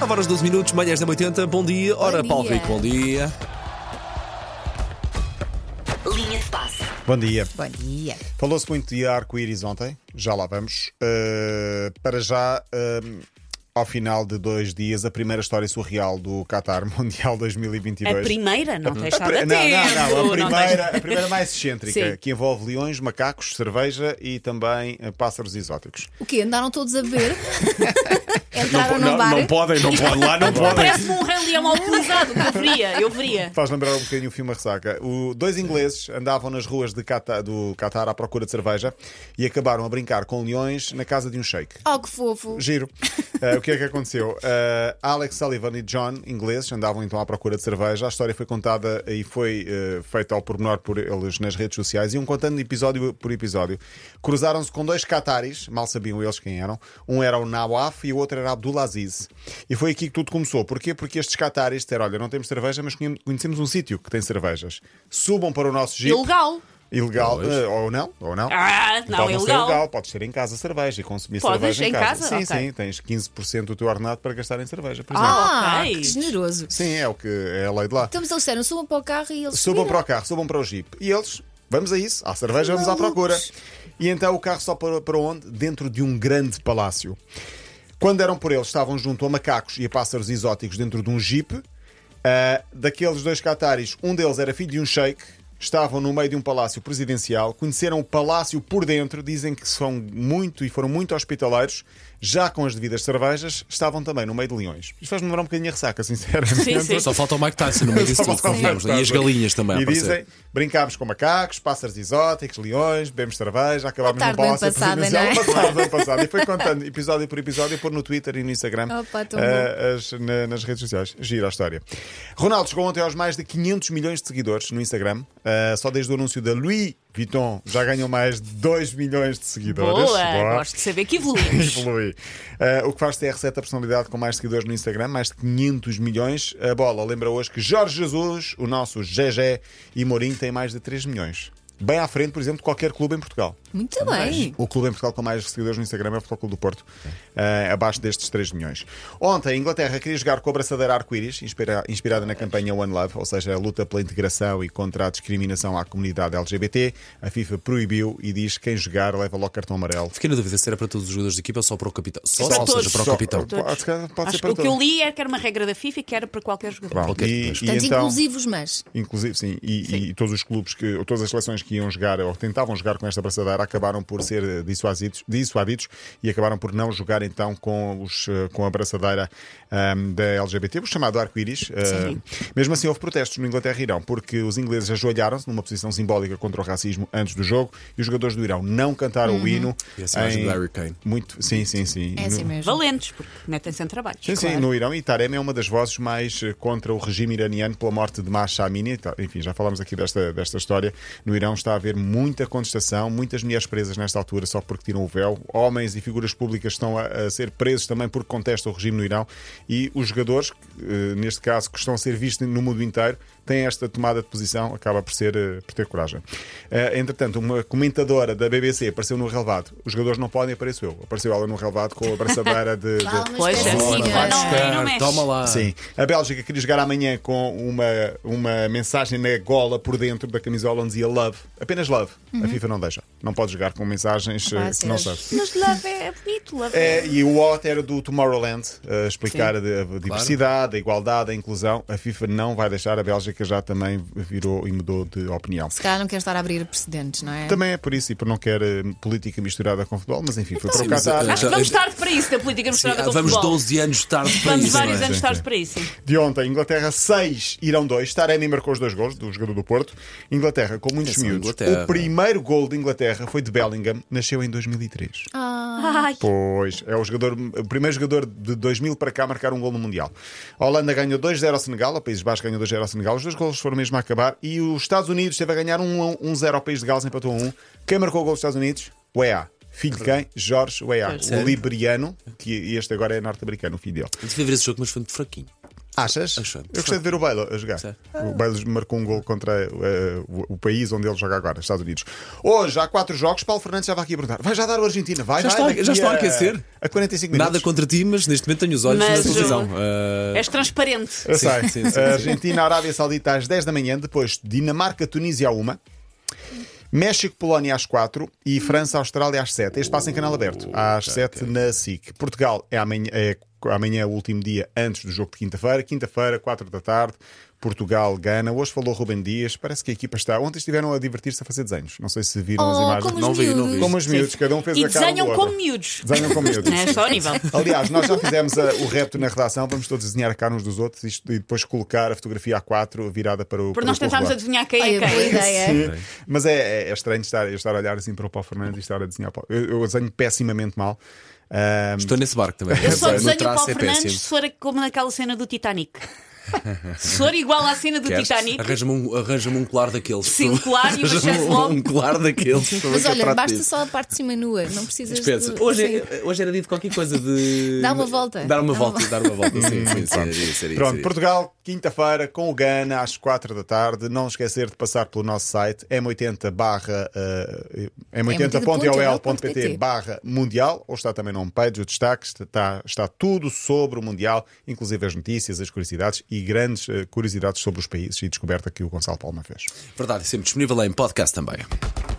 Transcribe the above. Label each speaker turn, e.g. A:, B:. A: 9 horas 12 minutos, manhãs da 80. Bom dia. Ora,
B: Bom
A: Paulo
B: dia.
A: Rico, bom dia.
C: Linha de passe.
D: Bom dia.
B: Bom dia.
D: Falou-se muito de arco-íris ontem, já lá vamos. Uh, para já, um, ao final de dois dias, a primeira história surreal do Qatar Mundial 2022.
E: A primeira, é não tens estado
D: Pri-
E: a
D: Não, não, não, a
E: tempo,
D: primeira,
E: tens-
D: a primeira mais excêntrica,
E: Sim.
D: que envolve leões, macacos, cerveja e também eh, pássaros exóticos.
B: O quê? Andaram todos a beber? Entraram num bar?
A: podem, não podem. Lá não
E: Parece-me um rei leão alcoolizado, que eu veria, eu veria.
D: Faz lembrar um bocadinho o filme A Ressaca. O- dois ingleses andavam nas ruas de Qatar, do Qatar à procura de cerveja e acabaram a brincar com leões na casa de um sheik.
B: Oh, que fofo.
D: Giro. Eh, o que é que aconteceu? Eh, Alex Sullivan e John, ingleses, andavam então à procura de cerveja. A história foi contada e foi eh, feita ao pormenor por eles nas redes sociais. Iam contando episódio por episódio. Cruzaram-se com dois cataris, mal sabiam eles quem eram. Um era o Nawaf e o outro era Abdulaziz. E foi aqui que tudo começou. Porquê? Porque estes cataris disseram: olha, não temos cerveja, mas conhe- conhecemos um sítio que tem cervejas. Subam para o nosso jeep.
E: Ilegal.
D: Ilegal, eh, ou não, ou não.
E: Ah, não,
D: Pode Então
E: é
D: não ser
E: legal.
D: legal, podes ter em casa cerveja e consumir
E: Podes,
D: cerveja em
E: em
D: casa.
E: casa?
D: Sim,
E: Ok.
D: sim, tens 15% do teu ordenado para gastar em cerveja, por exemplo.
B: Ah,
E: ok.
B: que generoso.
D: Sim, é o que é a lei de lá.
B: Então, mas eles disseram, subam para o carro e eles
D: Subam para
B: subiram.
D: o carro, subam para o Jeep. E eles, vamos a isso, à cerveja, vamos à
B: Malucos.
D: procura. E então o carro só para, para onde? Dentro de um grande palácio. Quando eram por eles, estavam junto a macacos e a pássaros exóticos dentro de um Jeep. Ah, daqueles dois cataris, um deles era filho de um sheik. Estavam no meio de um palácio presidencial, conheceram o palácio por dentro, dizem que são muito e foram muito hospitaleiros, já com as devidas cervejas, estavam também no meio de leões. Isto faz-me lembrar um bocadinho a ressaca, sinceramente.
E: Sim, sim.
A: Só falta o Mike Tyson no meio disso.
D: Só
A: tudo,
D: falta o Mike
A: convenhamos, né? E as
D: Tyson.
A: galinhas também. a
D: E
A: aparecer.
D: dizem, brincámos com macacos, pássaros exóticos, leões, bebemos cerveja, acabámos
B: A
D: num
B: tarde do ano
D: palácio
B: passado,
D: presidencial.
B: não é?
D: A tarde do ano passado. E foi contando episódio por episódio, e pôr no Twitter e no Instagram,
B: Opa, tão
D: eh, as- na- nas redes sociais. Gira a história. Ronaldo chegou ontem aos mais de 500 milhões de seguidores no Instagram. Eh, só desde o anúncio da Louis Vuitton já ganhou mais de 2 milhões de seguidores.
E: Boa, gosto de saber que evoluímos.
D: Evolui. Uh, o que faz TR7 a personalidade com mais seguidores no Instagram, mais de 500 milhões. A bola lembra hoje que Jorge Jesus, o nosso GG e Mourinho têm mais de 3 milhões. Bem à frente, por exemplo, de qualquer clube em Portugal.
B: Muito bem.
D: O clube em Portugal com mais seguidores no Instagram é o Futebol Clube do Porto, eh, abaixo destes 3 milhões. Ontem, a Inglaterra queria jogar com a abraçadeira arco-íris, inspira- inspirada na campanha One Love, ou seja, a luta pela integração e contra a discriminação à comunidade LGBT. A FIFA proibiu e diz que quem jogar leva logo cartão amarelo.
A: Fiquei na dúvida se era para todos os jogadores da equipa ou só para o capitão. Só,
E: Para
A: ou
E: todos.
A: seja, para o
D: Só-
A: capitão.
E: Todos.
D: Pode, ser- pode ser
E: Acho que
D: para
E: o que eu
D: todos.
E: li é que era uma regra da FIFA e que era para qualquer jogador.
D: Pronto,
A: Ok,
D: e,
A: pois.
D: e
B: Portanto,
D: então,
B: inclusivos, mas.
D: inclusive, sim, e, e todos os clubes que, todas as seleções que iam jogar ou tentavam jogar com esta abraçadeira acabaram por ser eh, dissuadidos, dissuadidos e acabaram por não jogar então com, os, eh, com a abraçadeira ahm, da LGBT, o chamado arco-íris. Ah, mesmo assim, houve protestos no Inglaterra e Irão, porque os ingleses ajoelharam-se numa posição simbólica contra o racismo antes do jogo e os jogadores do Irão não cantaram o hino.
A: E a imagem do Harry Kane.
D: Muito, sim, sim, sim.
B: Uhum. É assim
D: No-
B: mesmo.
E: Valentes, porque metem-se em trabalhos.
D: Sim, sim, no Irão. E Tarem é uma das vozes mais eh, contra o regime iraniano pela morte de Mahsa Amini. Tá, Enfim, já falámos aqui desta, desta história. No Irão está a haver muita contestação, muitas mulheres presas nesta altura só porque tiram o véu. Homens e figuras públicas estão a, a ser presos também porque contestam o regime no Irão. E os jogadores, que, eh, neste caso, que estão a ser vistos no mundo inteiro, têm esta tomada de posição, acaba por, ser, eh, por ter coragem. Eh, entretanto, uma comentadora da BBC apareceu no relevado. Os jogadores não podem, apareceu eu. Apareceu ela no relevado com a abraçadeira de- de
B: Palmas
E: Pois,
B: para
E: assim,
B: a
A: Ora,
E: sim,
B: senhora.
A: vai
E: não, não
A: buscar,
E: mexe.
A: toma lá.
D: Sim. A Bélgica queria jogar amanhã com uma, uma mensagem na gola por dentro da camisola onde dizia love. Apenas love.
A: Uhum.
D: A FIFA não deixa. Não pode jogar com mensagens
B: Ah,
D: eh, que
B: sim.
D: não servem.
E: Mas love é bonito, love é.
D: É, e o OT era do Tomorrowland, eh, a explicar a, a diversidade, a igualdade, a inclusão. A FIFA não vai deixar, a Bélgica já também virou e mudou de opinião.
B: Se calhar não quer estar a abrir precedentes, não é?
D: Também é por isso e por não quer eh, política misturada com futebol, mas enfim, foi para o
A: Sim, mas,
D: Qatar.
A: eh,
E: é. Acho que vamos tarde para isso, da política
A: Sim,
E: mostrada com o
A: vamos
E: futebol.
A: 12 anos tarde para
E: Vamos
A: isso.
E: vários
A: não é?
E: anos tarde para isso.
D: de ontem, Inglaterra 6, Irão 2. Taremi marcou os dois gols do jogador do Porto. Inglaterra com muitos
A: Atenção,
D: miúdos.
A: Inglaterra.
D: O primeiro gol de Inglaterra foi de Bellingham, nasceu em 2003.
B: Ah.
E: Ai,
D: Pois, é o, jogador, o primeiro jogador de 2000 para cá a marcar um gol no Mundial. A Holanda ganhou 2-0 ao Senegal, o País Baixo ganhou 2-0 ao Senegal, os dois golos foram mesmo a acabar e os Estados Unidos esteve a ganhar 1-0 ao País de Gales, empatou a 1. Quem marcou o gol dos Estados Unidos? O EA. Filho de quem? Jorge Weah, o
A: Sério?
D: liberiano, que este agora é norte-americano, o filho dele.
A: Eu devia ver esse jogo, mas foi muito fraquinho.
D: Achas?
A: Acho.
D: Eu gostei de ver o Bale a jogar.
A: Certo.
D: O Bale marcou um gol contra eh, o, o país onde ele joga agora, Estados Unidos. Hoje há quatro jogos. Paulo Fernandes estava aqui a perguntar: vai já dar o Argentina? Vai,
A: Já
D: vai,
A: está-
D: daqui
A: já está a
D: a
A: aquecer.
D: A 45 minutos.
A: Nada contra ti, mas neste momento tenho os olhos na
E: Mas,
A: televisão.
E: uh,
A: Ah,
E: És transparente.
D: Eu
A: Sim,
D: sei.
A: sim, sim,
D: A
A: sim.
D: Argentina, Arábia Saudita às 10 da manhã, depois Dinamarca, Tunísia à 1. México, Polónia às 4 e França, Austrália às 7. Este passa em canal aberto, às 7 na SIC. Portugal é amanhã, é amanhã o último dia antes do jogo de quinta-feira. Quinta-feira, 4 da tarde, Portugal, Gana. Hoje falou Rubem Dias. Parece que a equipa está. Ontem estiveram a divertir-se a fazer desenhos. Não sei se viram as
B: Oh,
D: imagens.
B: como os
A: Não vi, não
B: miúdos.
A: vi.
D: Como os miúdos, cada um fez
E: E
D: a cara. um do
E: desenham
D: outro.
E: como miúdos.
D: Desenham como miúdos.
E: Não é só ao nível.
D: Aliás, nós já fizemos a- o repto na redação, vamos todos desenhar a cara uns dos outros isto- e depois colocar a fotografia A4 virada para o.
E: Por
D: para
E: nós
D: o corredor.
E: tentámos adivinhar quem
B: Olha,
E: é
B: boa
E: quem.
B: ideia.
D: Sim. Mas é, é- é estranho estar, eu estar a olhar assim para o Paulo Fernandes e estar a desenhar. para o- Eu, eu desenho pessimamente mal. Ahm,
A: Estou nesse barco também.
E: Eu só
A: No
E: desenho o
A: traço
E: Paulo
A: é
E: Fernandes
A: péssimo.
E: se for como naquela cena do Titanic. Se for igual à cena do
A: Queres?
E: Titanic,
A: Arranja-me um, arranja-me um colar daqueles.
E: Sim, um colar e uma
A: Arranja-me
E: chance
A: um-
E: logo.
A: Um colar daqueles. por favor,
B: Mas
A: que é eu
B: olha,
A: trato
B: basta
A: disso.
B: só a parte de cima nua, não precisas
A: Pensa,
B: de.
A: hoje, é-
B: Sim.
A: hoje era dito qualquer coisa de.
B: Dá uma volta.
A: Dar uma
B: Dá
A: volta, dar uma volta. Sim, sim, sim. era isso, era isso, era
D: Pronto,
A: isso.
D: Portugal, quinta-feira, com o Gana, às 4 da tarde. Não esquecer de passar pelo nosso site m80 barra eh, m80.ol.pt
B: m80.ol.pt
D: barra mundial, ou está também na homepage, o destaque, está, está tudo sobre o Mundial, inclusive as notícias, as curiosidades e grandes eh, curiosidades sobre os países e descoberta que o Gonçalo Palma fez.
A: Verdade, sempre disponível lá em podcast também.